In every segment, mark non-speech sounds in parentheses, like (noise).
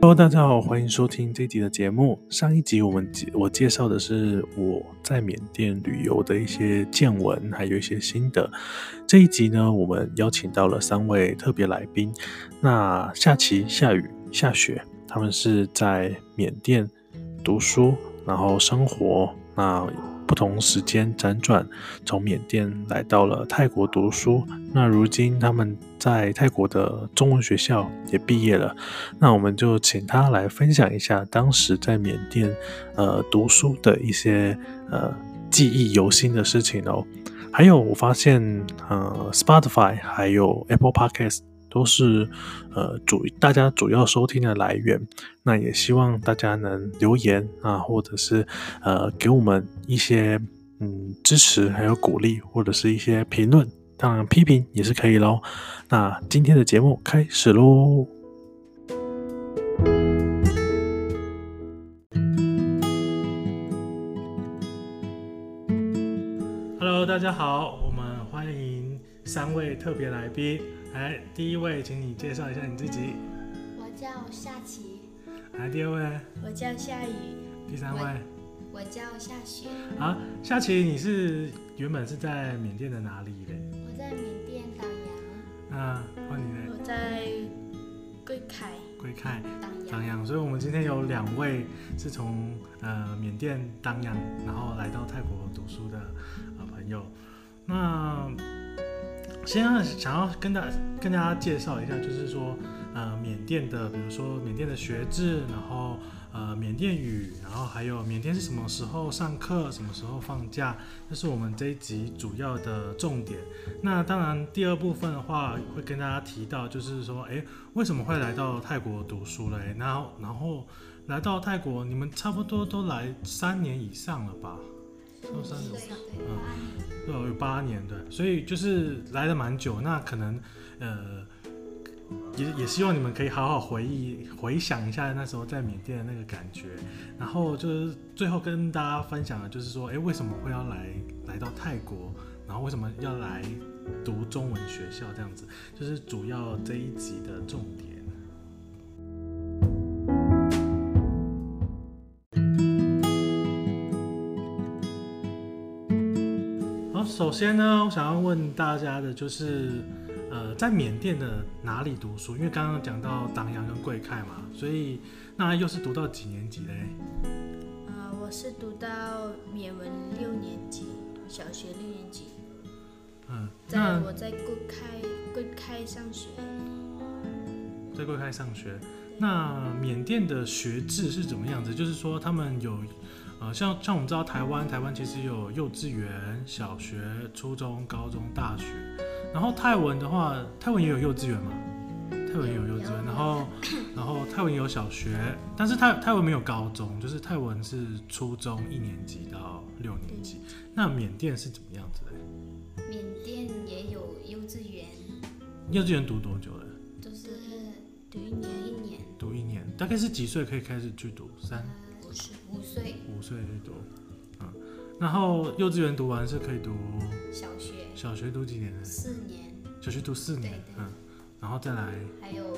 Hello，大家好，欢迎收听这一集的节目。上一集我们介我介绍的是我在缅甸旅游的一些见闻，还有一些心得。这一集呢，我们邀请到了三位特别来宾。那夏琪、夏雨、夏雪，他们是在缅甸读书，然后生活。那不同时间辗转从缅甸来到了泰国读书，那如今他们在泰国的中文学校也毕业了，那我们就请他来分享一下当时在缅甸呃读书的一些呃记忆犹新的事情哦。还有我发现呃 Spotify 还有 Apple Podcast 都是呃主大家主要收听的来源。那也希望大家能留言啊，或者是呃给我们一些嗯支持，还有鼓励，或者是一些评论。当然，批评也是可以喽。那今天的节目开始喽。 Hello，大家好，我们欢迎三位特别来宾。来，第一位，请你介绍一下你自己。我叫夏琪，来，第二位，我叫夏雨，第三喂位。我叫夏雪，啊，夏琪，你是原本是在缅甸的哪里的？我在缅甸党阳，啊，欢迎我在贵凯，归凯党当阳，阳。所以，我们今天有两位是从呃缅甸当阳，然后来到泰国读书的呃朋友。那先要想要跟大跟大家介绍一下，就是说，呃，缅甸的，比如说缅甸的学制，然后呃，缅甸语，然后还有缅甸是什么时候上课，什么时候放假，这是我们这一集主要的重点。那当然，第二部分的话会跟大家提到，就是说，诶，为什么会来到泰国读书嘞？然后，然后来到泰国，你们差不多都来三年以上了吧？都三年对。对，嗯我爱你对，有八年对，所以就是来的蛮久，那可能呃，也也希望你们可以好好回忆回想一下那时候在缅甸的那个感觉，然后就是最后跟大家分享的就是说，哎，为什么会要来来到泰国，然后为什么要来读中文学校这样子，就是主要这一集的重点。好，首先呢，我想要问大家的就是，呃，在缅甸的哪里读书？因为刚刚讲到党阳跟贵凯嘛，所以那又是读到几年级嘞？啊、我是读到缅文六年级，小学六年级，嗯，在那我在贵凯贵凯上学，在贵开上学。那缅甸的学制是怎么样子？就是说他们有，呃，像像我们知道台湾，台湾其实有幼稚园、小学、初中、高中、大学。然后泰文的话，泰文也有幼稚园嘛，泰文也有幼稚园，然后然后泰文也有小学，但是泰泰文没有高中，就是泰文是初中一年级到六年级。那缅甸是怎么样子的？缅甸也有幼稚园，幼稚园读多久了？就是读一有年一年，读一年，大概是几岁可以开始去读？三五十五岁，五岁去读，嗯，然后幼稚园读完是可以读小学小学读几年呢？四年，小学读四年对，对嗯，然后再来还有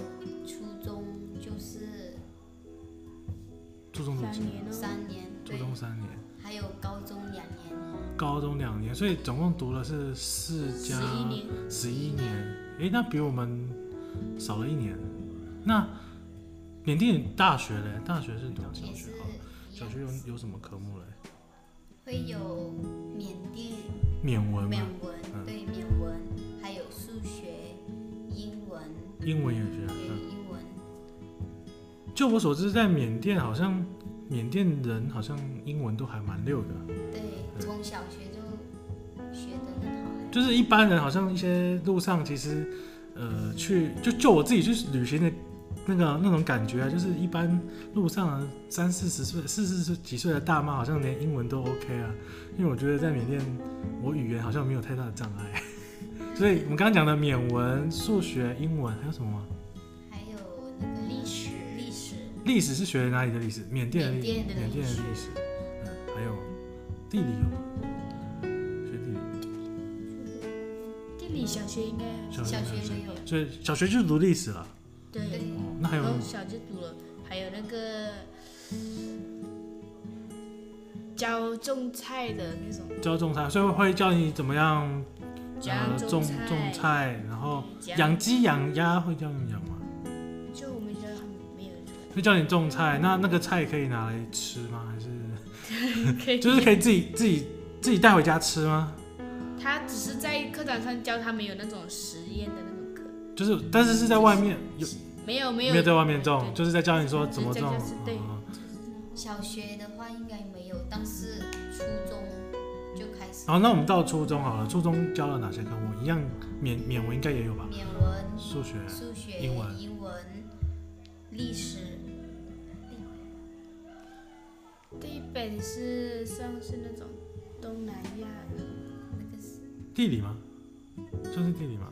初中就是初中读几三年？年哦，三年，初对，中三年，还有高中两年，高中两年，所以总共读了是四十加一年，十一年，诶，那比我们少了一年。那缅甸大学嘞？大学是读小也学是好了，一小样学有有什么科目嘞？会有缅甸缅文嘛缅，文嗯，对缅文，还有数学、英文，英文也学，也嗯有。英文。就我所知，在缅甸好像缅甸人好像英文都还蛮溜的，对，从小学就学得很好。啊就是一般人好像一些路上其实，呃，去就就我自己去旅行的那个那种感觉啊，就是一般路上的三四十岁、四十几岁的大妈好像连英文都 OK 啊，因为我觉得在缅甸我语言好像没有太大的障碍， (laughs) 所以我们刚刚讲的缅文、数学、英文还有什么吗？还有那个历史，历史历史是学哪里的历史？缅甸的历史，缅甸的缅甸的历史历史，嗯，还有地理有吗？学地理，地理小学应该小小学学没有也有，所以小学就读历史了。对，对哦，那还有然后小就读了，还有教种菜的那种，教种菜，所以会教你怎么样教呃种菜，种菜，然后教养鸡养鸭会教你养吗？就我们家他们没有会教你种菜，那那个菜可以拿来吃吗？还是 (laughs) 可以，就是可以自己自己自己带回家吃吗？他只是在课堂上教他们有那种实验的那种课，就是，但是是在外面有没有没没有有在外面种，对就是在教你说怎么种就是在家是。对嗯小学的话应该没有，但是初中就开始好，那我们到初中好了，初中教了哪些科目？一样缅缅文应该也有吧？缅文、数学、数学、英文英文历史。地北是像是那种东南亚的那个是地理吗？算是地理吗？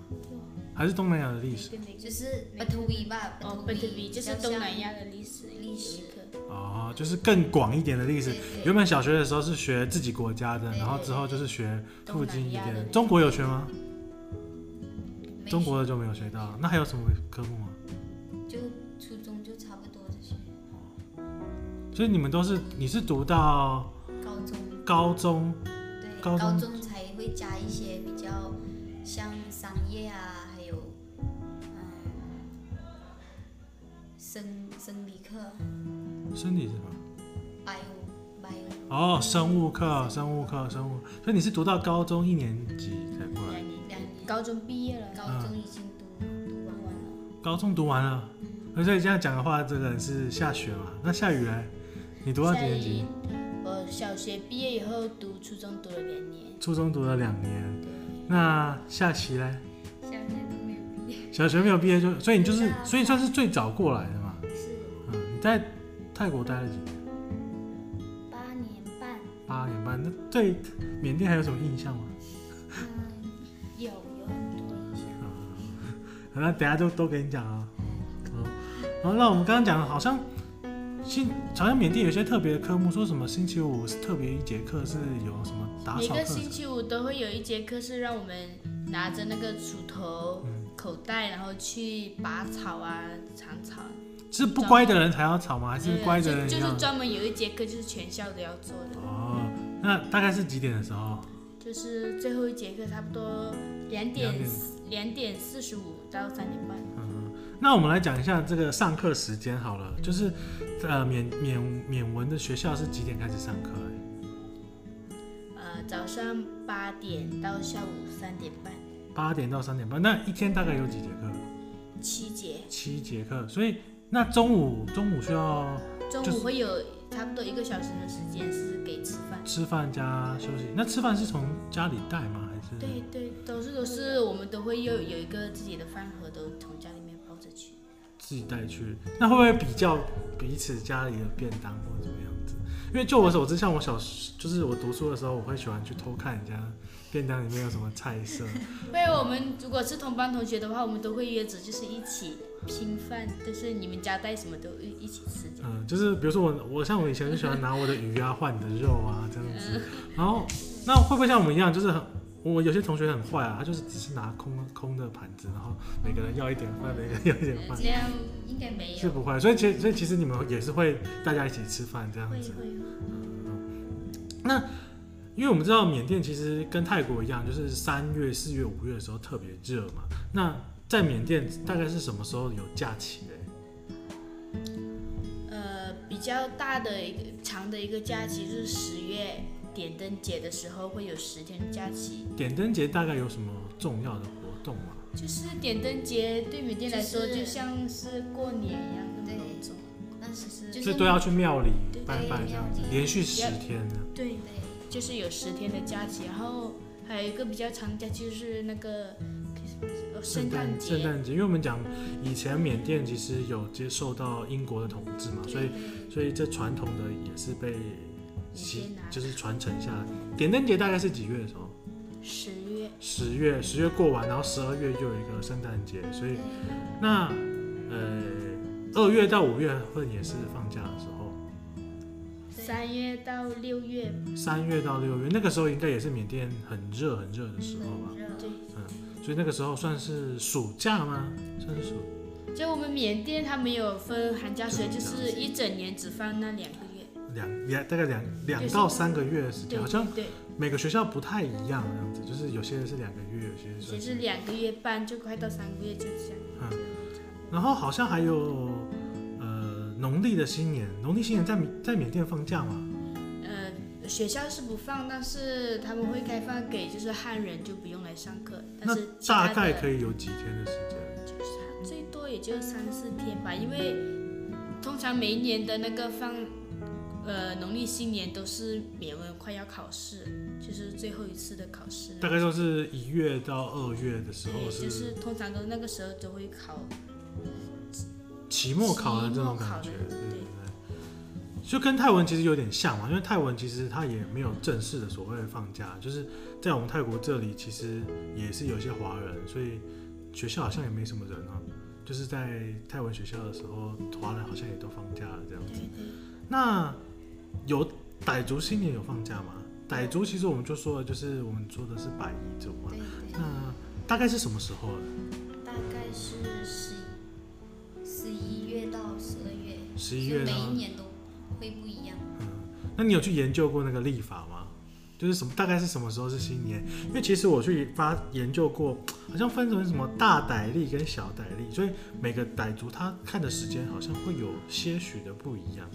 还是东南亚的历史？跟那个就是本土语吧，哦，本本土土比语就是东南亚的历史历史课，哦，就是更广一点的历史对。对原本小学的时候是学自己国家的，对然后之后就是学附近一东南亚点的的。那中国有学吗？没中国的就没有学到。那还有什么科目吗？就初中就差不多这些，所以你们都是你是读到高中高中对高中中才会加一些比较像商业啊，还有嗯生生理课生理是吧？ ，bio bio 哦，生物课，生物课，生物。所以你是读到高中一年级才过来，两年，高中毕业了，高中已经读读完了，高中读完了。所以这样讲的话，这个是下雪嘛？那下雨嘞？你读到几下年级一？我呃小学毕业以后读初中读了两年，初中读了两年。对，那下棋嘞？下面都没有毕业，小学没有毕业就，所以你就是对，啊所以算是最早过来的嘛。是嗯，你在泰国待了几年？八年半，八年半。那对缅甸还有什么印象吗？嗯，有有很多印象。那等下就都给你讲啊。嗯，好，那我们刚刚讲的好像星，好像缅甸有些特别的科目，说什么星期五是特别一节课是有什么打每扫课个程星，期五都会有一节课是让我们拿着那个锄头、嗯口袋，然后去拔草啊、铲草。啊是不乖的人才要吵吗？还是乖的人就一就是样？专门有一节课就是全校都要做的，哦，那大概是几点的时候？就是最后一节课差不多两点2两点四十五到三点半。嗯，那我们来讲一下这个上课时间好了，就是呃缅缅缅文的学校是几点开始上课嘞？呃，早上八点到下午三点半，八点到三点半，那一天大概有几节课？七节，七节课，所以那中午中午需要中就是午会有差不多一个小时的时间是给吃饭。吃饭加休息。那吃饭是从家里带吗？还是？对对，都是都是，我们都会有有一个自己的饭盒，都从家里面抱着去。自己带去，那会不会比较彼此家里的便当或者怎么样子？因为就我所知，像我小时就是我读书的时候，我会喜欢去偷看人家便当里面有什么菜色。因为我们如果是同班同学的话，我们都会约着就是一起拼饭，就是你们家带什么都一一起吃这样。嗯，就是比如说我，我像我以前就喜欢拿我的鱼啊换你的肉啊这样子，然后那会不会像我们一样，就是很我有些同学很坏啊，他就是只是拿空空的盘子，然后每个人要一点饭，每个人要一呃点饭，这样应该没是有，不会。所以其所以其实你们也是会大家一起吃饭这样会子。会因为我们知道缅甸其实跟泰国一样，就是三月、四月、五月的时候特别热嘛。那在缅甸大概是什么时候有假期嘞？呃，比较大的一个长的一个假期就是十月点灯节的时候会有十天的假期。点灯节大概有什么重要的活动吗？就是点灯节对缅甸来说就是就像是过年一样那么对隆重。但是就这是都要去庙里对拜拜这样子庙，里连续十天呢。对，对就是有十天的假期，然后还有一个比较长的假期就是那个 Christmas，哦圣诞节。圣诞节，因为我们讲以前缅甸其实有接受到英国的统治嘛，所以所以这传统的也是被也吸被拿，就是传承下来。点灯节大概是几月的时候？十月十月，十月过完，然后十二月又有一个圣诞节，所以那呃二月到五月份也是放假的时候，三月到六月，三月到六月那个时候应该也是缅甸很热很热的时候吧，热，对，所以那个时候算是暑假吗？算是暑就我们缅甸它没有分寒假学，就是一整年只放那两个月，两两大概两两就是到三个月的时对间，好像对，每个学校不太一样这样子，就是有些人是两个月，有些人其是实两个月半就快到三个月就这样。嗯，然后好像还有呃农历的新年，农历新年在缅在缅甸放假嘛，呃，学校是不放，但是他们会开放给就是汉人就不用来上课，但那是其大他的概可以有几天的时间？就是最多也就三四天吧，因为通常每一年的那个放，呃，农历新年都是缅文快要考试，就是最后一次的考试了。大概都是一月到二月的时候对，就是是通常都那个时候都会考，期末考的这种期末考感的觉，对对对对，就跟泰文其实有点像嘛，因为泰文其实它也没有正式的所谓的放假，就是在我们泰国这里其实也是有一些华人，所以学校好像也没什么人啊，就是在泰文学校的时候，华人好像也都放假了这样对子。对，那有傣族新年有放假吗？傣族其实我们就说了，就是我们说的是百夷族嘛。对对，那大概是什么时候啊？大概是十十一月到十二月，十一月就呢每？一年都会不一样。那你有去研究过那个历法吗？就是什么大概是什么时候是新年？因为其实我去发研究过，好像分成什么大傣历跟小傣历，所以每个傣族他看的时间好像会有些许的不一样。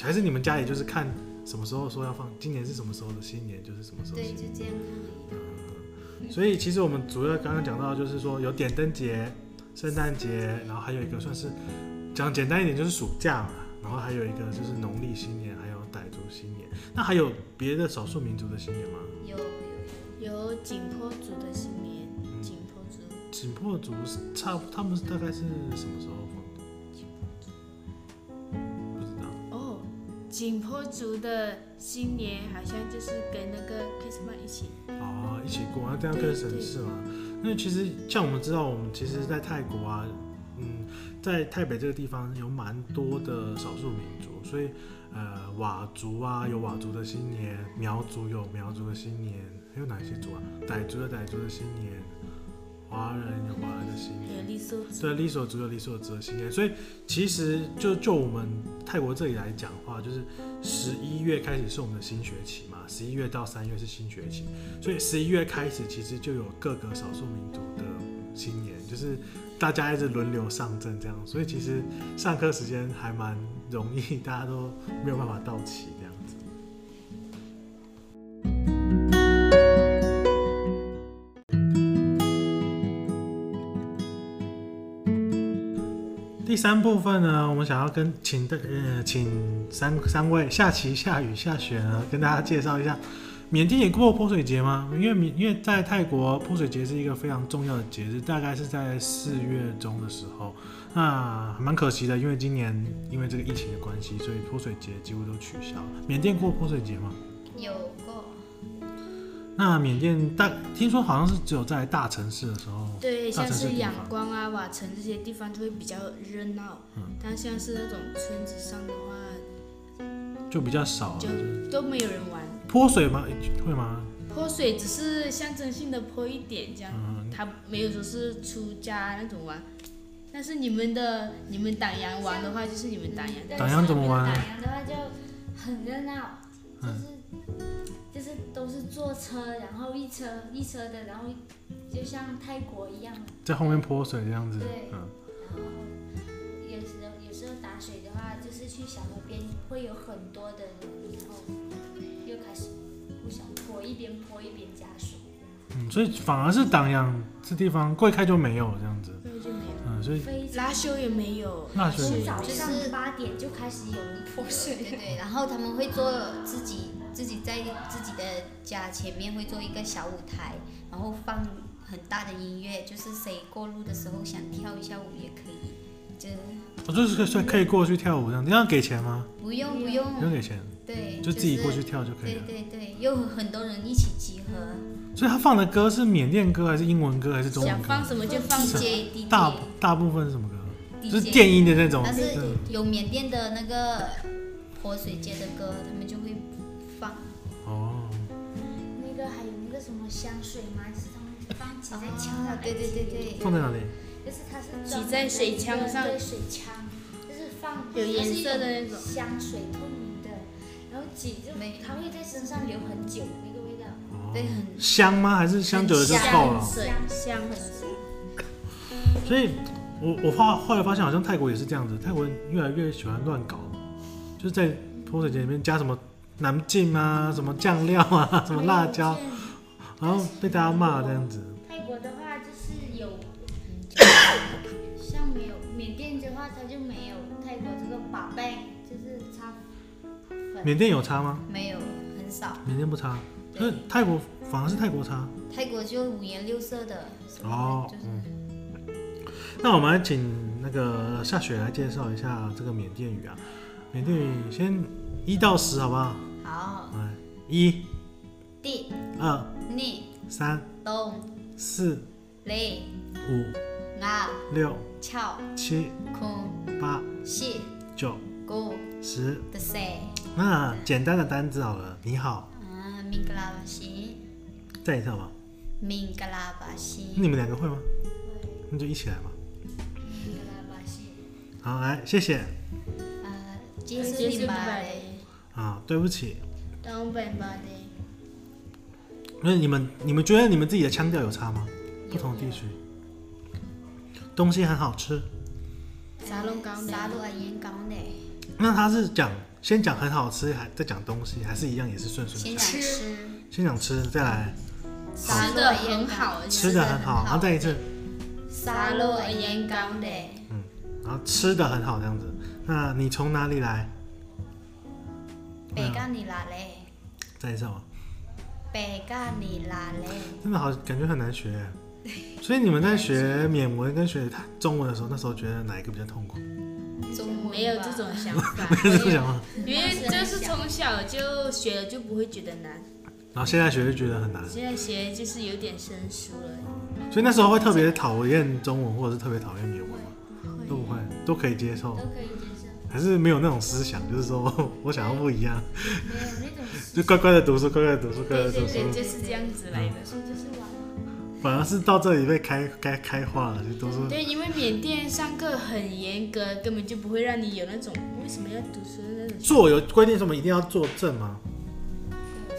还是你们家里就是看什么时候说要放，今年是什么时候的新年，就是什么时候对，新就年。这样看而已。所以其实我们主要刚刚讲到，就是说有点灯节、圣诞节，然后还有一个算是讲简单一点就是暑假嘛，然后还有一个就是农历新年，还有傣族新年。那还有别的少数民族的新年吗？有有有，有景颇族的新嗯年，景颇族景颇族是差，他们是大概是什么时候放的？不知道。哦，景颇族的新年好像就是跟那个 Christmas 一起，哦，一起过，那这样更省事嘛。那其实像我们知道，我们其实，在泰国啊，嗯，在泰北这个地方有蛮多的少数民族，所以呃，佤族啊有佤族的新年，苗族有苗族的新年，还有哪些族啊？傣族有傣族的新年，华人有华人的新年，有傈僳族，对，理所足有理所足的新年，所以其实就就我们泰国这里来讲话，就是十一月开始是我们的新学期嘛，十一月到三月是新学期，所以十一月开始其实就有各个少数民族的新年，就是大家一直轮流上阵这样，所以其实上课时间还蛮容易，大家都没有办法到齐这样子。第三部分呢，我们想要跟请的呃，请三三位下棋、下雨、下雪呢，跟大家介绍一下，缅甸也过泼水节吗？因为缅因为在泰国泼水节是一个非常重要的节日，大概是在四月中的时候。那蛮可惜的，因为今年因为这个疫情的关系，所以泼水节几乎都取消了。缅甸过泼水节吗？有过，那缅甸大听说好像是只有在大城市的时候，对，大像城市是地方仰光啊、瓦城这些地方就会比较热闹，嗯但像是那种村子上的话，就比较少了。就就是都没有人玩。泼水吗？会吗？泼水只是象征性的泼一点这样，嗯他没有说是出家那种玩。但是你们的你们党阳玩的话，就是你们党阳的。党阳怎么玩啊打烊的话就很热闹，就是嗯就是都是坐车，然后一车一车的，然后就像泰国一样，在后面泼水这样子对，嗯。然后有时候有时候打水的话，就是去小河边会有很多的人，然后又开始互相泼，一边泼一边加水。嗯，所以反而是党阳这地方贵开就没有这样子，对就没有，嗯，所以非常拉修也没有。那所从以早上就是啊八点就开始有人泼水对，对，然后他们会做自己自己在自己的家前面会做一个小舞台，然后放很大的音乐，就是谁过路的时候想跳一下舞也可以，就是我哦就是可以所以可以过去跳舞这样，你要给钱吗？不用不不用用，给钱，对，就自己过去是。跳就可以嗯对了。对对，又很多人一起集合所以他放的歌是缅甸歌还是英文歌还是中文想歌放？什么就放什么。 ，DJ DJ 啊大大部分是什么歌？就是 DJ 电音的那种。但是嗯有缅甸的那个泼水节的歌，他们就会放。哦，那个还有那个什么香水嘛，就是他们放起在墙上、啊，对对对，对，放在哪里？就是它是哦挤在水枪上对水枪，就是放有颜色的那种它是一香水透明的，起，就没它会在身上留很久那个味道，哦对，很香吗？还是香久了就很香臭了？水香香很水香。所以我我发后来发现，好像泰国也是这样子，泰国人越来越喜欢乱搞，就是在泼水节里面加什么南靖啊、什么酱料啊、什么辣椒，还有一件然后被大家骂这样子。泰国的话就是有，像没有缅甸的话，它就没有泰国这个把贝，就是擦缅甸有差吗？没有很少。缅甸不差，那泰国反而是泰国差泰国就五颜六色的，什么哦就。是嗯，那我们来请那个夏雪来介绍一下这个缅甸语啊。缅甸语先一到十好不好？好来，一、地二、你三、东四、雷五、啊六、翘七、空八、西九、古十。的塞那简单的单字好了，你好，啊，明格拉巴西，再一次好吗？明格拉巴西，你们两个会吗？那就一起来嘛。那个拉巴西，好，来，谢谢嗯啊，结束你吧嘞，啊，对不起。东北巴的。那你们你们觉得你们自己的腔调有差吗？有不同地区，东西很好吃。沙龙高梅沙龙啊，严高呢，那他是讲先讲很好吃，还再讲东西，还是一样也是顺顺先的？讲吃，先讲吃，再来吃的很好，吃的很好，然后再一次，嗯沙龙啊，严高呢，然后吃的很好这样子。那你从哪里来？北干你拉嘞，再一次好吗？北干你拉嘞，真的好，感觉很难 (laughs) 学。所以你们在学缅文跟学中文的时候，那时候觉得哪一个比较痛苦？中文嗯没有吧这种想 (laughs) 法，没 (laughs) 有这想法。因为就是从小就学了，就不会觉得难。然后现在学就觉得很难，现在学就是有点生疏了，所以那时候会特别讨厌中文，或者是特别讨厌缅文吗？都不会，都可以接受都，可以接受，还是没有那种思想，就是说 (laughs) 我想要不一样，没有那种时就乖乖的读书，乖乖的读书，乖乖的读对，书。就是这样子来的。候就是玩。反而是到这里被开开开化了，就读书。对，因为缅甸上课很严格，根本就不会让你有那种为什么要读书的那种，做有规定什么一定要做正吗？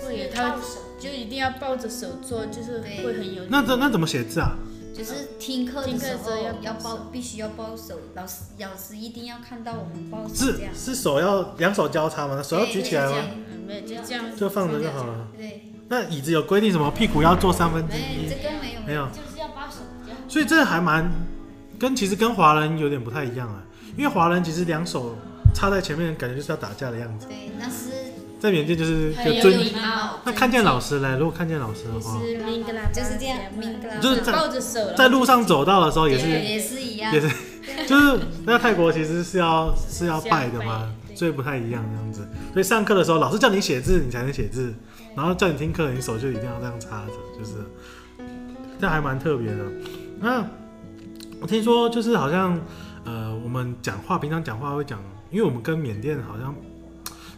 会有他到手，就一定要抱着手做，就是对会很有。那这那怎么写字啊？就是听课的时嗯听课的候时候要要抱抱，必须要抱手，老师老师一定要看到我们抱手这是样，是手要两手交叉吗？手要举起来吗？嗯，没有就啊这样，就放着就好了。对，那椅子有规定什么屁股要坐三分之没一？这个没有没有，就是要把手这样。所以这还蛮跟其实跟华人有点不太一样啊，因为华人其实两手插在前面，感觉就是要打架的样子，对，那是在缅甸就是很有有尊哦礼。貌。那看见老师嘞，如果看见老师的就话，是明格拉巴就是这样结巴明格拉巴就是在抱着手，然后在路上走到的时候也是对也是一样也，是，就是那泰国其实是要是要是要拜的嘛拜，对所以不太一样这样子。所以上课的时候，老师叫你写字，你才能写字；然后叫你听课，你手就一定要这样插着，就是这还蛮特别的。那我听说就是好像呃，我们讲话平常讲话会讲，因为我们跟缅甸好像，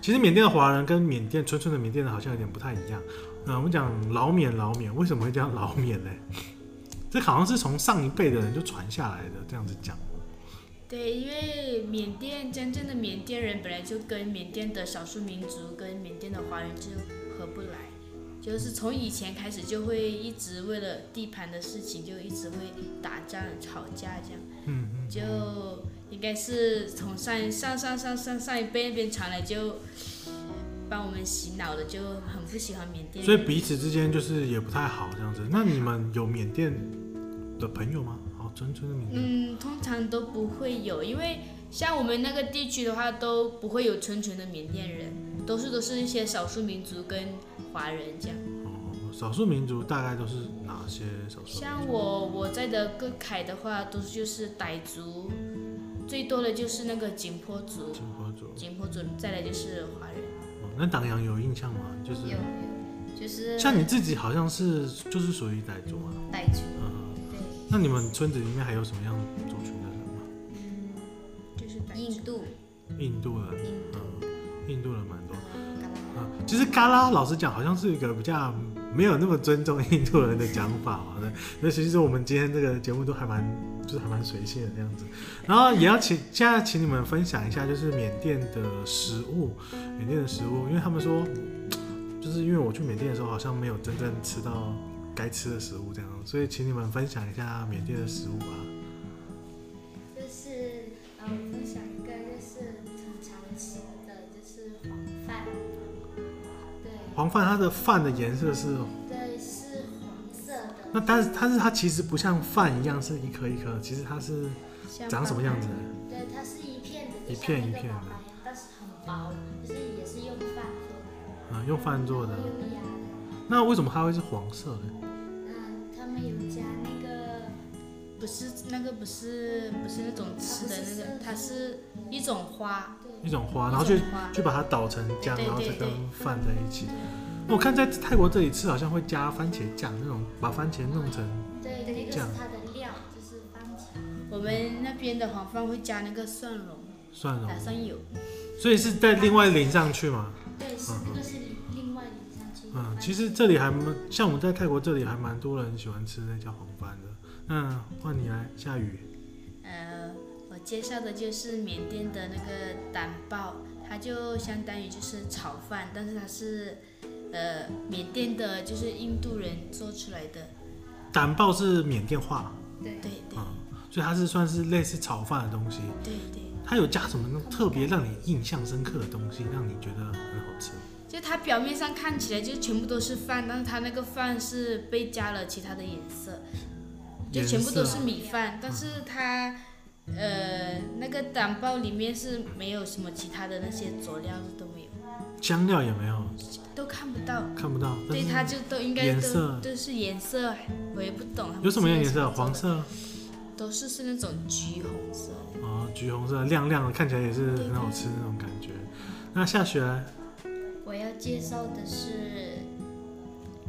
其实缅甸的华人跟缅甸纯纯的缅甸人好像有点不太一样。呃，我们讲老缅老缅，为什么会叫老缅呢？这好像是从上一辈的人就传下来的，这样子讲。对，因为缅甸真正的缅甸人本来就跟缅甸的少数民族跟缅甸的华人就合不来，就是从以前开始就会一直为了地盘的事情就一直会打仗吵架这样，嗯嗯。就应该是从上上上上上上一辈那边传来就帮我们洗脑的，就很不喜欢缅嗯甸人。所以彼此之间就是也不太好这样子。那你们有缅甸的朋友吗？哦，真真的缅甸。嗯，通常都不会有，因为像我们那个地区的话，都不会有纯纯的缅甸人，多数都是一些少数民族跟华人这样。嗯哦，少数民族大概都是哪些少数？像我我在的各凯的话，都是就是傣族，最多的就是那个景颇族，金婆族。景颇族再来就是华人，哦，那党阳有印象吗？就是有有，就是像你自己好像是就是属于傣族嘛。傣族，嗯、对，那你们村子里面还有什么样族群的人吗？就是傣族印度印度人，印度，嗯，印度人蛮多。呃，嘎啦啊，其实嘎啦老实讲，好像是一个比较没有那么尊重印度人的讲法嘛。对，那 (laughs) 其实我们今天这个节目都还蛮，就是还蛮随性的这样子。然后也要请现在请你们分享一下，就是缅甸的食物，缅甸的食物，因为他们说，就是因为我去缅甸的时候好像没有真正吃到该吃的食物这样，所以请你们分享一下缅甸的食物啊吧。就是呃，我分享一个就是很常吃的，就是黄饭。对黄饭它的饭的颜色是，对，是黄色的，那但是但是它其实不像饭一样是一颗一颗，其实它是长什么样子？对，它是一片的，一就片像一那片的个粑粑一样，但是很薄，就是也是用饭做的，啊、用饭做的。用牙的。那为什么它会是黄色的？嗯，他们有加那个，不是那个不是不是那种吃的那个，它是一种花，一对，种花，啊然后一就种花，就把它捣成浆，对对然后再对跟对饭在一起。我看在泰国这里吃好像会加番茄酱那种，把番茄弄成对，那个这样是它的料，就是番茄。我们那边的黄饭会加那个蒜蓉，蒜蓉打，上油，所以是再另外淋上去嘛。对，是那个是另外淋上去的番嗯，茄。其实这里还蛮像我们在泰国这里还蛮多人喜欢吃那叫黄饭的。那换你来，下雨。呃，我介绍的就是缅甸的那个蛋包，它就相当于就是炒饭，但是它是呃缅甸的，就是印度人做出来的，胆爆是缅甸话，对对对嗯，所以它是算是类似炒饭的东西。对对，它有加什么那种特别让你印象深刻的东西，让你觉得很好吃？就它表面上看起来就全部都是饭，但是它那个饭是被加了其他的颜色，就颜全部都色是米饭，但是它呃那个蛋包里面是没有什么其他的那些佐料都没有，香料也没有，都看不到。看不到。但对，是它就都应该颜都色都是颜色，我也不懂。它们有什么样的颜是用色？做的黄，色啊、都是是那种橘红色。哦橘红色，亮亮的，看起来也是很好吃那种感觉。那下雪我要介绍的是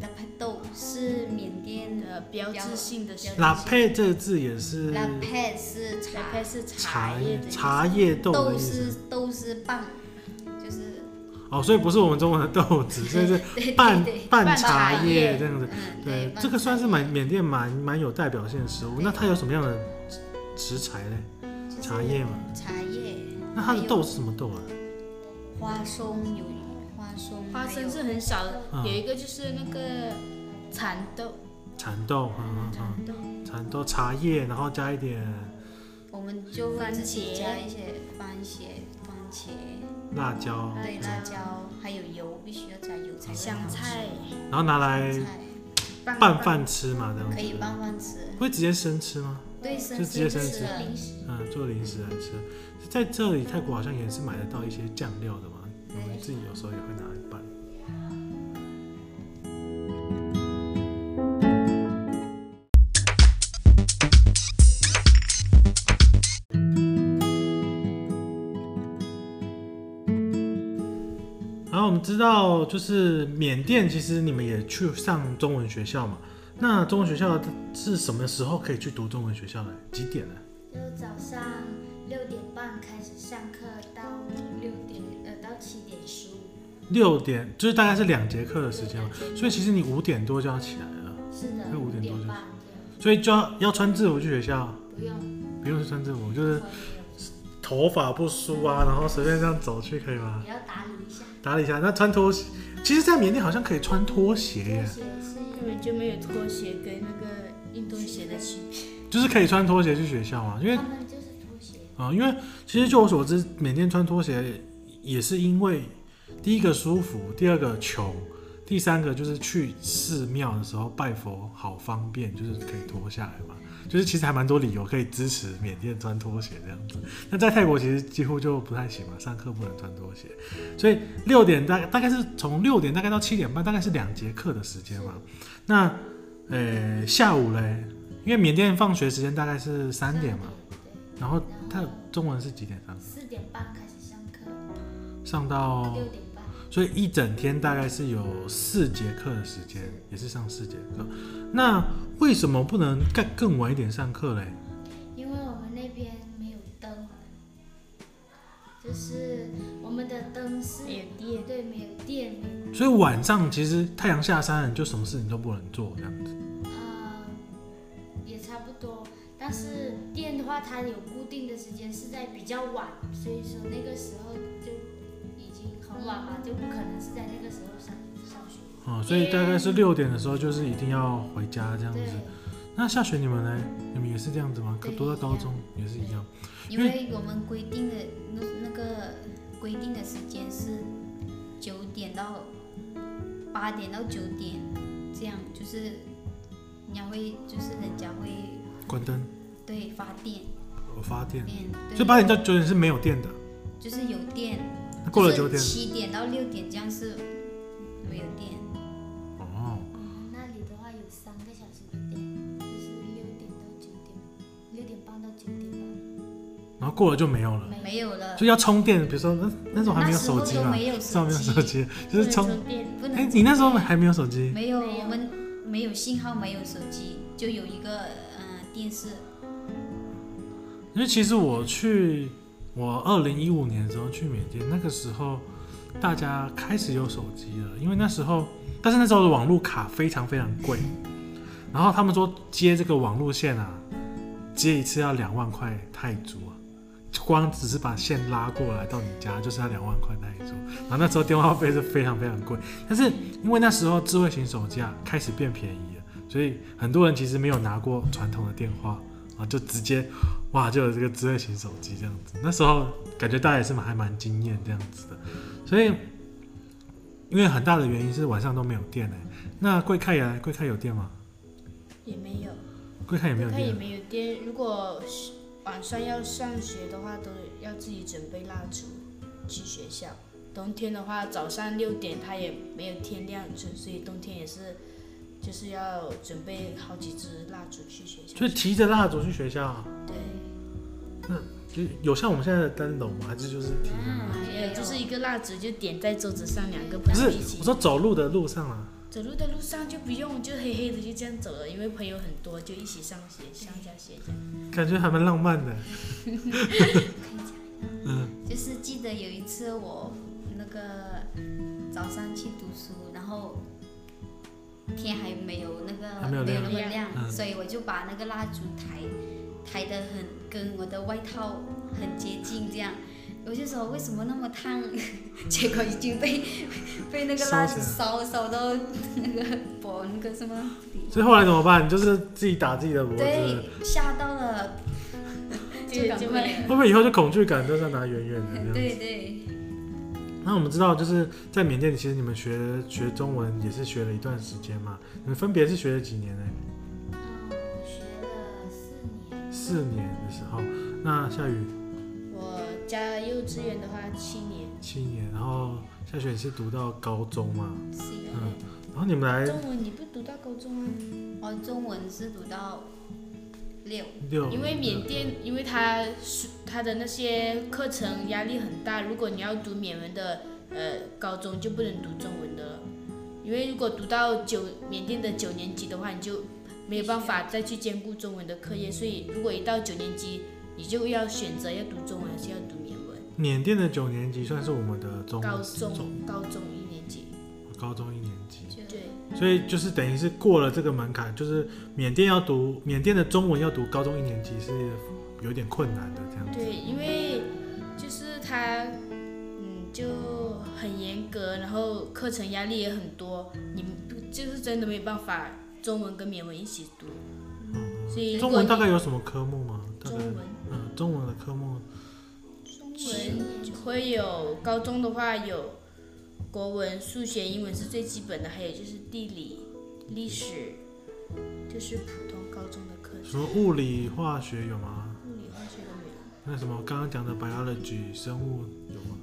拉帕豆，是缅甸的呃，标志性的是标拉佩这个字也是拉帕是茶茶配，是茶叶的意思茶叶豆的豆意思是豆是棒，就是哦，所以不是我们中文的豆子，所以是 (laughs) 对拌对对拌拌茶茶叶叶这样子。嗯对对，，拌这个算是茶蛮缅甸蛮蛮有代表性的食物。那它有什么样的食材嘞？就是茶叶嘛。茶叶，那它还的有豆是什么豆啊？花松有花松，花还生有是很少的，嗯有一个就是那个蚕豆，蚕豆，嗯嗯蚕豆。嗯，蚕豆茶叶，然后加一点我们就会番自己茄加一些番茄、番茄，辣椒，对，辣辣椒椒，还有油，必须要加油才会哦香好吃菜然后拿来菜哎拌饭吃嘛，这样子可以拌饭吃，会直接生吃吗？对，生就直接吃生吃吃的零食，嗯，做零食来吃。在这里泰国好像也是买得到一些酱料的嘛，我们自己有时候也会拿来拌。然后我们知道，就是缅甸，其实你们也去上中文学校嘛。那中文学校是什么时候可以去读中文学校呢？几点呢？就早上六点半开始上课，到六点呃到七点十五。六点，就是大概是两节课的时间嘛，所以其实你五点多就要起来了，是的，那五五点多就点半这样，所以就要要穿制服去学校，不用。呃不用穿制服，就我也是有头发不梳啊，然后随便这样走去可以吗？也要打理一下，打理一下，那穿拖鞋，其实，在缅甸好像可以穿拖鞋这耶，些是根本就没有拖鞋跟那个运动鞋的区别。就是可以穿拖鞋去学校啊嘛，因为他们就是拖鞋。啊、因为其实就我所知，缅甸穿拖鞋也是因为第一个舒服，第二个穷，第三个就是去寺庙的时候拜佛好方便，就是可以脱下来嘛。就是其实还蛮多理由可以支持缅甸穿拖鞋这样子。那在泰国其实几乎就不太行嘛，上课不能穿拖鞋，所以六点大大概是从六点大概到七点半，大概是两节课的时间嘛。那呃下午嘞，因为缅甸放学时间大概是三点嘛，对，然后他然后中文是几点上？四点半开始上课，上到，六点半。所以一整天大概是有四节课的时间，也是上四节课。那为什么不能更更晚一点上课嘞？因为我们那边没有灯，就是我们的灯是缅甸对，没有电，没有所以晚上其实太阳下山了，你就什么事情都不能做这样子。呃，也差不多。但是电的话，它有固定的时间是在比较晚，所以说那个时候就已经很晚嘛，就不可能是在那个时候上上学。哦、所以大概是六点的时候，就是一定要回家这样子。对。那下雪你们呢？你们也是这样子吗？对读到高一样中也是一样。因为我们规定的那那个规定的时间是九点到八点到九点，这样就是人家会就是人家会关灯，对发电我发电。电，对所以八点到九点是没有电的。就是有电，那过了就九是点，七点到六点这样是没有电，哦，我们那里的话有三个小时的电，就是六点到九点，六点半到九点半。然后过了就没有了。没有了所，以要充电，比如说那那时候还没有手机那时候都嘛，没有那时候没有手手机，机，就是充。电，不能哎，你那时候还没有手机，没有，没有我们没有信号，没有手机，就有一个嗯、呃电视，因为其实我去，我二零一五年的时候去缅甸，那个时候大家开始有手机了，因为那时候，但是那时候的网络卡非常非常贵，然后他们说接这个网路线啊，接一次要两万块泰铢啊，光只是把线拉过来到你家就是要两万块泰铢，然后那时候电话费是非常非常贵，但是因为那时候智慧型手机啊开始变便宜了，所以很多人其实没有拿过传统的电话啊，就直接哇，就有这个智慧型手机这样子。那时候感觉大家也是蛮还蛮惊艳这样子的，所以因为很大的原因是晚上都没有电哎、那贵凯呀，贵凯有电吗？也没有，贵凯也哎没有它也电，没有电。如果是晚上要上学的话，都要自己准备蜡烛去学校。冬天的话，早上六点它也没有天亮，所所以冬天也是就是要准备好几支蜡烛去学校。所以提着蜡烛去学校啊，对，就有像我们现在的灯笼吗？还是就是提着蜡烛？还有就是一个蜡烛就点在桌子上，两个不朋友啊是一，起我。说走路的路上啊，走路的路上就不用，就黑黑的就这样走了，因为朋友很多，就一起上学、上下学这样。感觉还蛮浪漫的。就是记得有一次我那个早上去读书，然后天还没有那个还没有没有亮那么亮，嗯所以我就把那个蜡烛抬抬得很跟我的外套很接近，这样我就说为什么那么烫， (laughs) 结果已经被 (laughs) 被那个蜡烛烧烧到那个 (laughs) 脖那个什么里，所以后来怎么办？就是自己打自己的脖子，对，吓到了，就赶就快会会不会以后就恐惧感都是要拿远远的这样子？对对。那我们知道，就是在缅甸，其实你们学学中文也是学了一段时间嘛。你们分别是学了几年呢？嗯，我学了四年，四年的时候，那夏雨我家幼稚园的话七年，七年，然后夏雪是读到高中嘛，是一个嗯，然后你们来中文你不读到高中啊？我哦中文是读到六，六，因为缅甸，因为它是它的那些课程压力很大，如果你要读缅文的呃高中，就不能读中文的了，因为如果读到九缅甸的九年级的话，你就没有办法再去兼顾中文的课业，所以如果一到九年级，你就要选择要读中文还是要读缅文。缅甸的九年级算是我们的中高中高中一年级，高中一年级，就对所以就是等于是过了这个门槛，就是缅甸要读缅甸的中文要读高中一年级是有点困难的这样子。对，因为就是他嗯就很严格，然后课程压力也很多，你不就是真的没办法中文跟缅文一起读，嗯，所以如中果文你大概有什么科目吗？大概中文嗯，中文的科目中文会有高中的话有国文、数学、英文是最基本的，还有就是地理、历史，就是普通高中的课什程，么物理、化学有吗？物理、化学都没有。那什么刚刚讲的 biology 生物有吗？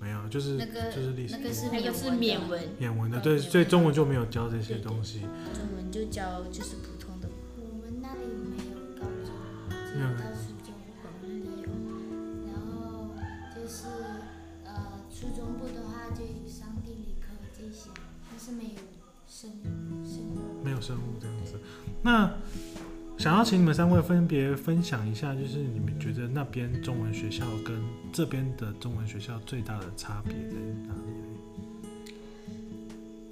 没有，就是、那个就是历史那个是那个是缅文，缅文的，哦对，缅文所以中文就没有教这些东西。中文就教就是普通的我们那里没有高中，只没有有高到中初中，我们那里有。然后就是呃，初中部的话就有上地理课这些，但是没有生生物。没有生物这样子。那想要请你们三位分别分享一下，就是你们觉得那边中文学校跟这边的中文学校最大的差别在哪里嘞？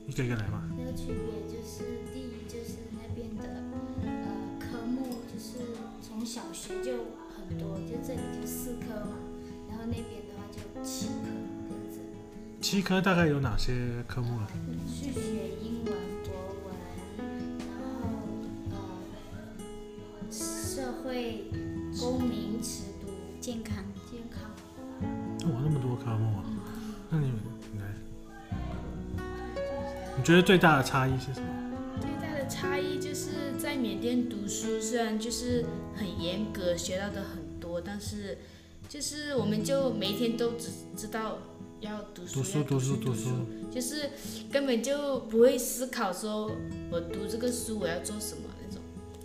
一个一个来嘛。那个区别就是，第一就是那边的呃科目，就是从小学就很多，就这里就四科嘛，然后那边的话就七科这样子。七科大概有哪些科目呢？数学、英文、国文，然后呃社会、公民、尺度、健康。健康。哇，那么多科目啊！那你们你来，你觉得最大的差异是什么？最大的差异就是在缅甸读书，虽然就是很严格，学到的很多，但是就是我们就每天都只知道要读书，读书要读读书读读，就是根本就不会思考说我读这个书我要做什么那种，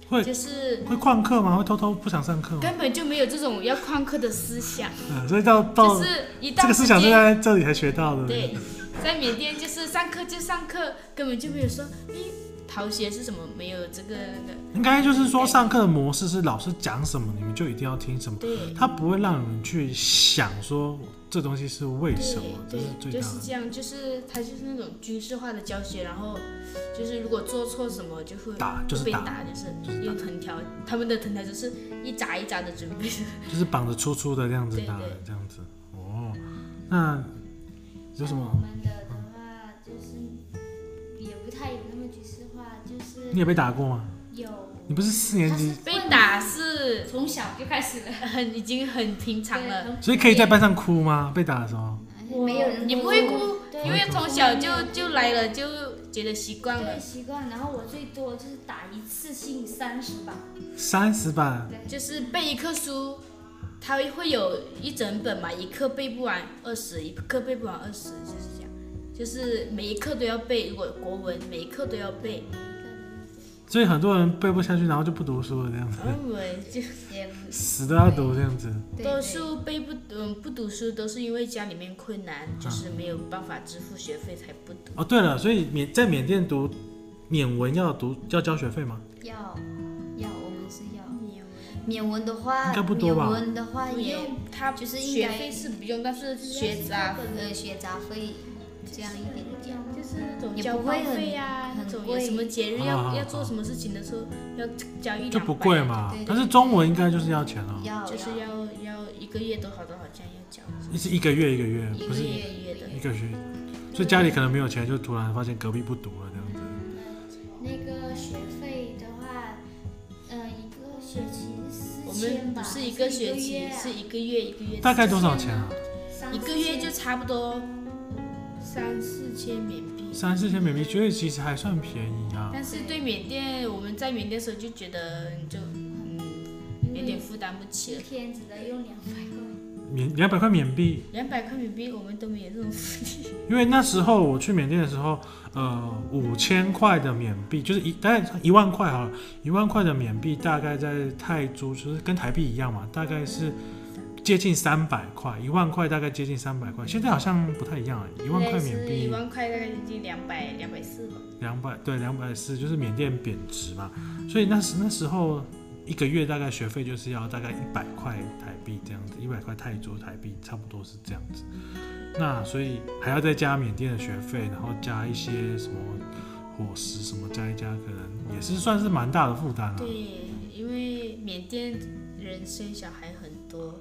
会就是会旷课吗？会偷偷不想上课吗？根本就没有这种要旷课的思想，嗯，所以到到、就是一到这个思想时是间在这里才学到的。对，在缅甸就是上课就上课，根本就没有说诶逃学是什么，没有这个那个，应该就是说上课的模式是老师讲什么，你们就一定要听什么，对。他不会让你们去想说这东西是为什么，这对是最对，就大是的。这样，就是他就是那种军事化的教学，然后就是如果做错什么就会打就是被打打，就是就是打用藤条，他们的藤条就是一扎一扎的准备。就是绑着粗粗的这样子对打对的这样子。哦，那有什我么？们的的话就是也不太有那么军事化，就是你也被打过吗？有你不是四年他级是，被打是从小就开始了，很已经很平常了，对所以可以在班上哭吗？被打的时候，没有人你不过会我哭，对因为从小就就来了，就觉得习惯对了，习惯。然后我最多就是打一次性三十吧，三十版对，就是背一课书。他会有一整本嘛，一课背不完二十，一课背不完二十，就是这样，就是每一课都要背。如果国文每一课都要背，所以很多人背不下去，然后就不读书了这样子，然后我们就也死都要读这样子。对多对数背不嗯不读书都是因为家里面困难，就是没有办法支付学费才不读。哦，对了，所以缅在缅甸读缅文要读要交学费吗？要要，我们是要缅文的话，应该不多吧缅文的话不也用，他就是应学该费是不用，但是学杂呃学杂费这样一点点。就是那种也交不会话很费啊，那很种有贵什么节日啊要、啊啊要做什么事情的时候要交一两就百不贵嘛啊对对，对但是中文应该就是要钱哦了，要哦就是要要一个月多少多少这样要交，是一个月一个月，一不个是月一个月的。一个学，所以家里可能没有钱，就突然发现隔壁不读了这样子。那个学费的话，呃，一个学期四我千们吧，不是一啊个学期，还是是一个月一个月的。大概多少钱啊？三一个月就差不多三四千缅币。三四千美币，所以其实还算便宜啊。但是对缅甸，我们在缅甸的时候就觉得就嗯有点负担不起一了，天只能用两百块，缅两百块缅币，两百块缅币我们都没有这种福利。因为那时候我去缅甸的时候，呃，五千块的缅币就是一大概一万块好了，一万块的缅币大概在泰铢就是跟台币一样嘛，大概是接近三百块，一万块大概接近三百块，现在好像不太一样了，一万块缅币一万块大概接近两百两百四吧。两百对两百四，就是缅甸贬值嘛，所以那时那时候一个月大概学费就是要大概一百块台币这样子，一百块泰铢台币差不多是这样子。那所以还要再加缅甸的学费，然后加一些什么伙食什么加一加，可能也是算是蛮大的负担啊了、对，因为缅甸人生小孩很多，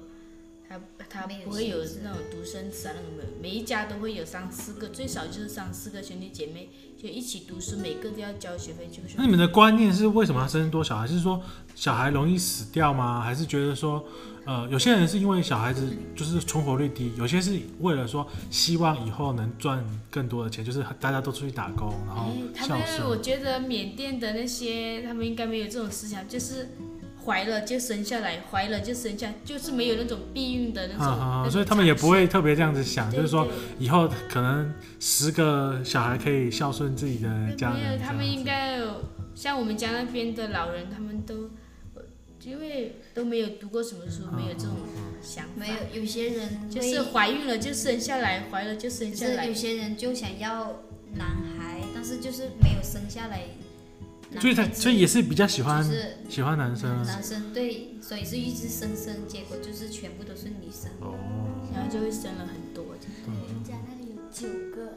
他他没有不会有限制那种独生子啊那种没有，每一家都会有三四个，最少就是三四个兄弟姐妹就一起读书，每个都要交学费，就是那你们的观念是为什么要生多小孩？是说小孩容易死掉吗？还是觉得说，呃，有些人是因为小孩子就是存活率低，有些是为了说希望以后能赚更多的钱，就是大家都出去打工，然后哎，他孝们我顺。觉得缅甸的那些，他们应该没有这种思想，就是怀了就生下来，怀了就生下，就是没有那种避孕的那种。那啊种啊！所以他们也不会特别这样子常想，识，就是说对以后可能十个小孩可以孝顺自己的对家人这没有，样子。他们应该有像我们家那边的老人，他们都因为都没有读过什么书，没有这嗯种想法，没有有些人就会是怀孕了就生下来，怀了就生就下是来有。些人就想要男孩，但是就是没有生下来，男所以他孩子所以也是比较喜欢就是喜欢男生啊。男生对，所以是一直生生，结果就是全部都是女生。哦，然后就会生了很多。我们家那里有九个，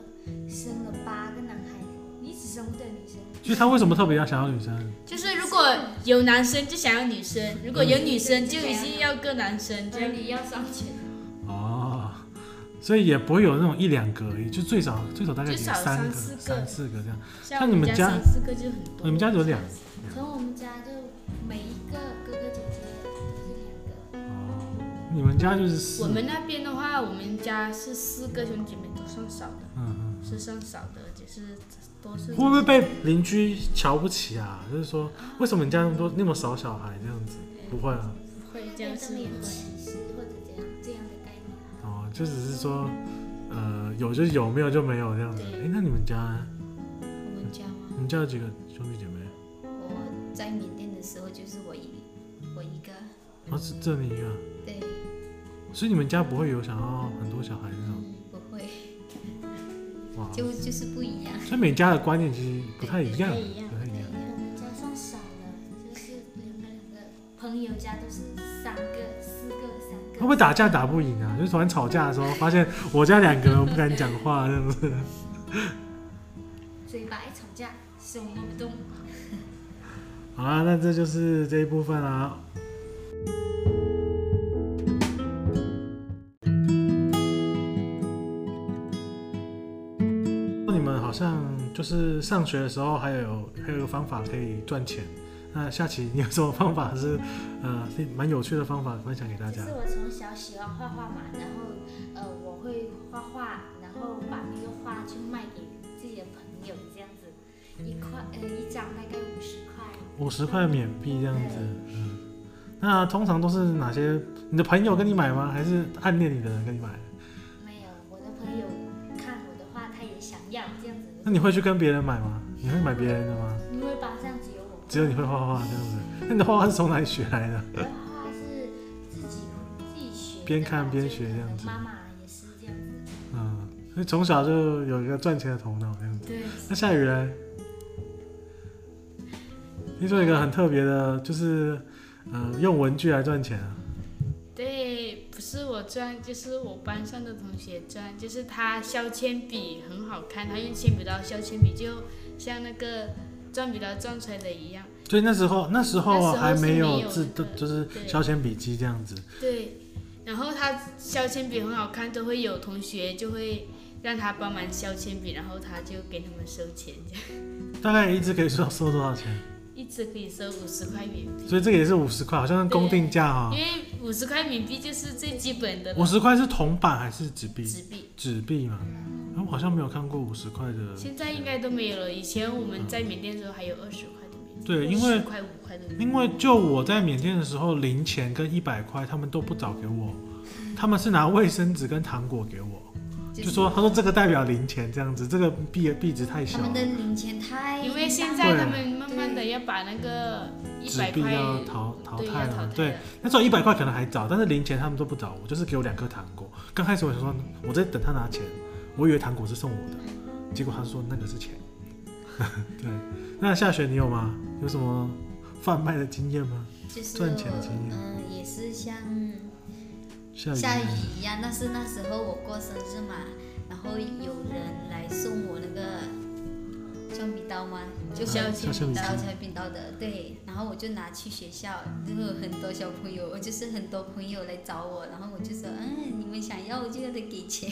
生了八个男孩子，你只生不得女生。所以他为什么特别要想要女生？就是如果有男生就想要女生，如果嗯有女生就一定要个男生，这而样你要上前，哦，所以也不会有那种一两个而已，就最少最少大概有最少三个、三四个三四个这样。像我们家三四个就很多。你们家有两从我们家就每一个哥哥姐姐都是两个，哦，你们家就是四我们那边的话，我们家是四个兄弟姐妹都算少的，嗯是算少的，而且是都是嗯，会不会被邻居瞧不起啊？就是说为什么你家那么多那么少小孩这样子？不会啊，会这样他是们会也有歧视或者怎样这样的概念。哦，就只是说呃有就有，没有就没有这样子。对哎，那你们家我们家吗？你们家有几个兄弟姐妹？我在缅甸的时候就是我一我一个，哦，是这里一个，对，所以你们家不会有想要很多小孩那种不会，哇？就就是不一样。所以每家的观念其实不太一样，对不太一样不太一样。我们家算少了，就是两个两个，朋友家都是三个、四个、三会个。不会打架打不赢啊？就是突然吵架的时候，发现我家两个人我不敢讲话，这样子。嘴巴一吵架，手挪不动。好啦，那这就是这一部分啦。那你们好像就是上学的时候还有还有一个方法可以赚钱。那下期你有什么方法是呃是蛮有趣的方法分享给大就家是？我从小喜欢画画嘛，然后呃我会画画，然后把那个画去卖给自己的朋友，这样子一块呃一张大概五十块。五十块缅币这样子。嗯，那通常都是哪些？你的朋友跟你买吗？还是暗恋你的人跟你买？没有，我的朋友看我的画，他也想要这样子。那你会去跟别人买吗？你会买别人的吗？因为班上只有我只有你会画画这样子。那你的画画是从哪里学来的？我的画是自己自己学的吧，边看边学这样子就可能妈妈也是这样子。嗯，所以从小就有一个赚钱的头脑这样子。对，那下雨嘞？听说有一个很特别的，就是呃，用文具来赚钱啊。对，不是我赚，就是我班上的同学赚，就是他削铅笔很好看，他用铅笔刀削铅笔，就像那个转笔刀转出来的一样。所以那时候那时候还没那时候是没有有自那个就是对削铅笔机这样子。对，然后他削铅笔很好看，都会有同学就会让他帮忙削铅笔，然后他就给他们收钱，这样大概一支可以收收多少钱？一支可以收五十块缅币，所以这个也是五十块，好像是公定价哈、因为五十块缅币就是最基本的五十块是铜板还是纸币？纸币，纸币嘛。啊我好像没有看过五十块的。现在应该都没有了。以前我们在缅甸的时候还有二十块的缅币，对因为十块五块的缅币，因为就我在缅甸的时候，零钱跟一百块他们都不找给 (laughs) 我，他们是拿卫生纸跟糖果给我，就就说他说这个代表零钱这样子，这个币币值太他小们的了，零钱太因为现对在啊他们慢慢的要把那个一纸百币块要淘淘对要汰淘汰了了。。对，那时候一百块可能还早，但是零钱他们都不找我，就是给我两颗糖果。刚开始我想说我在等他拿钱，我以为糖果是送我的，结果他说那个是钱。 (laughs) 对，那夏雪你有吗？有什么贩卖的经验吗？就是赚钱的经验嗯、也是像夏雨呢下雨一样，但是那时候我过生日嘛，然后有人来送我那个橡皮刀吗？就削啊削铅笔铅笔刀刀小，才冰刀的，对，然后我就拿去学校，然后有很多小朋友，我就是很多朋友来找我，然后我就说，嗯，你们想要我就要得给钱，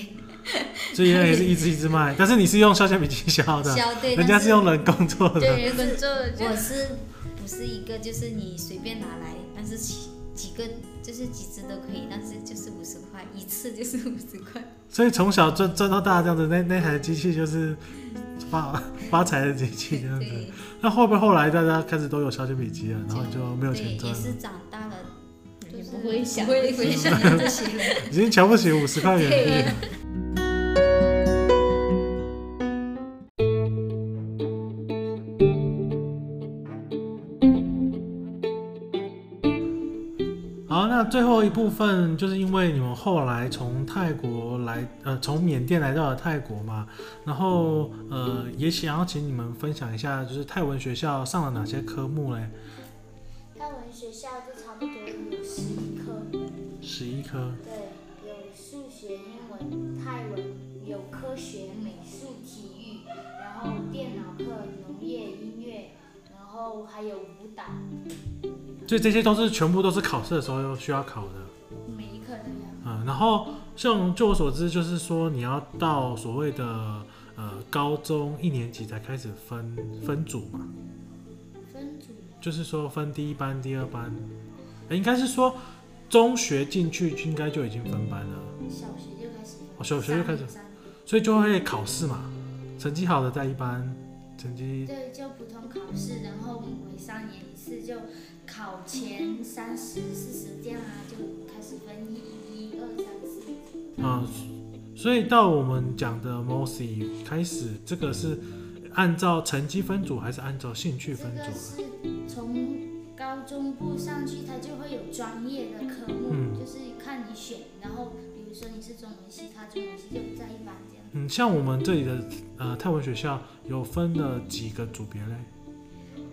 所以人家也是一支一支卖，但是你是用削铅笔机削的，消对，人家但是用人工做的。对，工作就我是不是一个就是你随便拿来，但是几几个就是几只都可以，但是就是五十块一次就是五十块，所以从小赚赚到大这样子，那那台机器就是发发财的机器这样子。对那会不会后来大家开始都有削铅笔机了，然后就没有对，钱赚也了？是长大了，就也是不会想不会这回些想 (laughs) 到这些了。已经瞧不起五十块元对币了。好，那最后一部分就是因为你们后来从泰国来，呃，从缅甸来到了泰国嘛，然后呃，也想要请你们分享一下，就是泰文学校上了哪些科目嘞？泰文学校就差不多有十一科，十一科，对，有数学、英文、泰文，有科学、美术、体育，然后电脑课、农业、音乐，然后还有舞蹈，所以这些都是全部都是考试的时候需要考的。每一课都要。嗯，然后像就我所知，就是说你要到所谓的呃高中一年级才开始分分组嘛，分组就是说分第一班、第二班，诶应该是说中学进去应该就已经分班了，小学就开始分，哦小学就开始三年级所以就会考试嘛，成绩好的在一班，成绩对，就普通考试，然后每三年一次，就考前三十、四十这样啊，就开始分一、一、二、三、四。啊、所以到我们讲的 MOSI 开始，这个是按照成绩分组还是按照兴趣这分个组？是从高中部上去，它就会有专业的科目，嗯就是看你选。然后比如说你是中文系，它中文系就不在一班这样。嗯，像我们这里的呃泰文学校有分了几个组别嘞？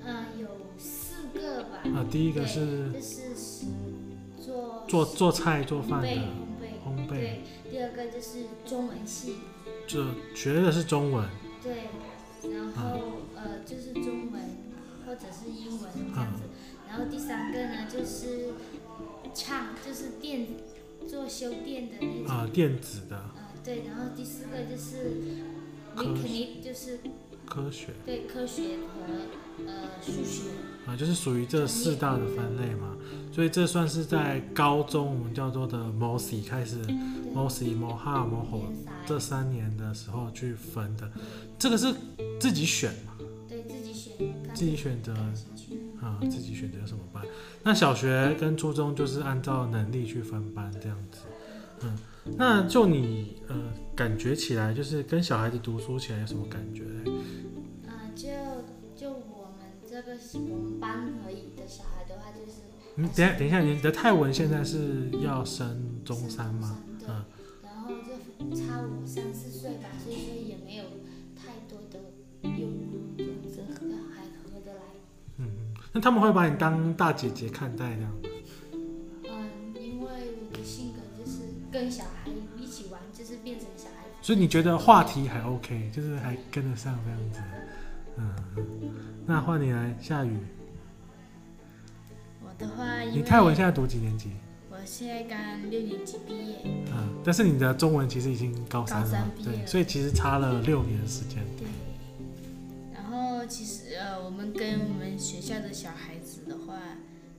嗯，有四个吧，啊，第一个是就是是做做做菜做烘饭焙，的烘烘焙，焙，对。第二个就是中文系，这学的是中文。对，然后、嗯呃就是中文或者是英文这样嗯子，然后第三个呢就是唱，就是电做修电的那种，啊、电子的呃对，然后第四个就是科学 mechanic，就是科学对科学和呃数学，啊、就是属于这四大的分类嘛。所以这算是在高中我们叫做的 MOSI 开始对， ，MOSI、MOHA、MOHO 偏塞这三年的时候去分的，这个是自己选嘛，对自己选，看自己选择感兴趣。啊、自己选择什么班。那小学跟初中就是按照能力去分班这样子。嗯，那就你呃感觉起来，就是跟小孩子读书起来有什么感觉嘞？呃，就就我们这个我们班而已的小孩的话，就是你嗯等一下等一下，你的泰文现在是要升中是三吗？嗯中山对，然后就差我三四岁吧，所以说也没有太多的忧虑，这样子合还合得来。嗯，嗯那他们会把你当大姐姐看待这样吗？嗯，因为我的性格就是跟小孩一起玩，就是变成小孩子。所以你觉得话题还 OK，就是还跟得上这样子。嗯，嗯那换你来，夏雨，我的话，因你为泰文现在读几年级？我现在刚六年级毕业，嗯，但是你的中文其实已经高三了嘛，高三毕业对，了所以其实差了六年的时间。对。然后其实呃，我们跟我们学校的小孩子的话，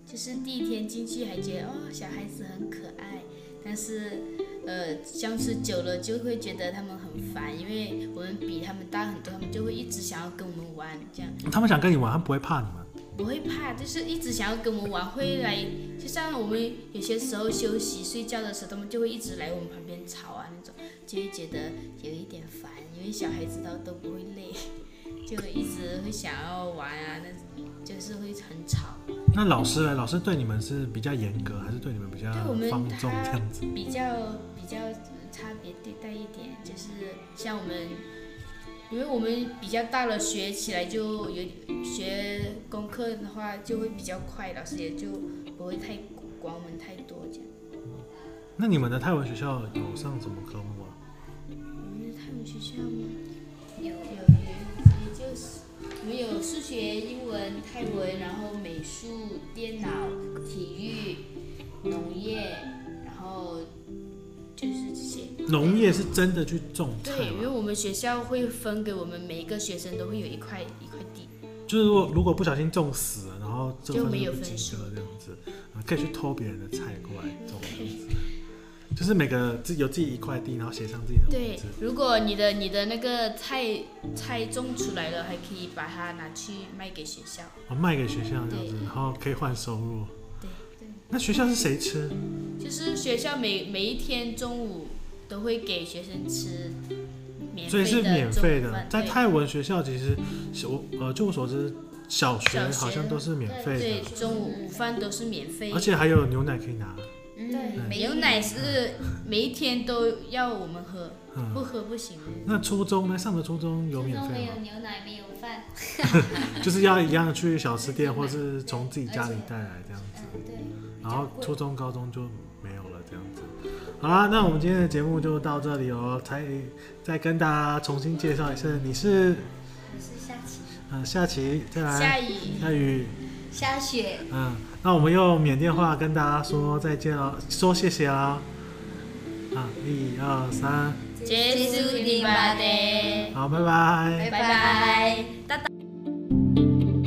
就是第一天进去还觉得哦，小孩子很可爱，但是呃，相处久了就会觉得他们很烦，因为我们比他们大很多，他们就会一直想要跟我们玩，这样他们想跟你玩，他们不会怕你们。不会怕，就是一直想要跟我们玩，会来，就像我们有些时候休息睡觉的时候，他们就会一直来我们旁边吵啊那种，就会觉得有一点烦，因为小孩子到都不会累， (laughs) 就一直会想要玩啊，那就是会很吵。那老师呢？老师对你们是比较严格，还是对你们比较对我们放纵他这样子？比较比较差别对待一点，就是像我们，因为我们比较大了，学起来就有学功课的话就会比较快，老师也就不会太管我们太多这样。那你们的泰文学校有上什么科目啊？我们他们学校吗有有也也就是我们有数学、英文、泰文，然后美术、电脑、体育、农业，然后就是这些。农业是真的去种菜对，因为吗？我们学校会分给我们每一个学生都会有一块一块地，就是如果如果不小心种死了，然后这就份没有不分及数格这样子，啊可以去偷别人的菜过来种这 (laughs) 样子。就是每个自有自己一块地，然后写上自己的名对字。，如果你的你的那个菜菜种出来了，还可以把它拿去卖给学校。哦，卖给学校这样子，对然后可以换收入。对对那学校是谁吃？就是学校每每一天中午都会给学生吃免所以费是的免中费午的饭。，在对泰文学校其实是我呃，就我所知，小学小学好像都是免费对的，，中午午饭都是免费而，且还有牛奶可以拿。嗯，没牛奶是每一天都要我们喝，不嗯，喝不行。那初中呢？上的初中有初免中没费有吗？牛奶，没有饭， (laughs) 就是要一样去小吃 (laughs) 店，或是从自己家里带来这样子。嗯，对，比较然后贵初中、高中就没有了这样子。好啦，那我们今天的节目就到这里哦。再再跟大家重新介绍一次，你是是下棋，嗯夏琪，再下来雨，夏雨，下雪，嗯，那我们用缅甸话跟大家说再见了，说谢谢啦。啊，一二三，结束你妈的，好，拜拜拜拜拜拜。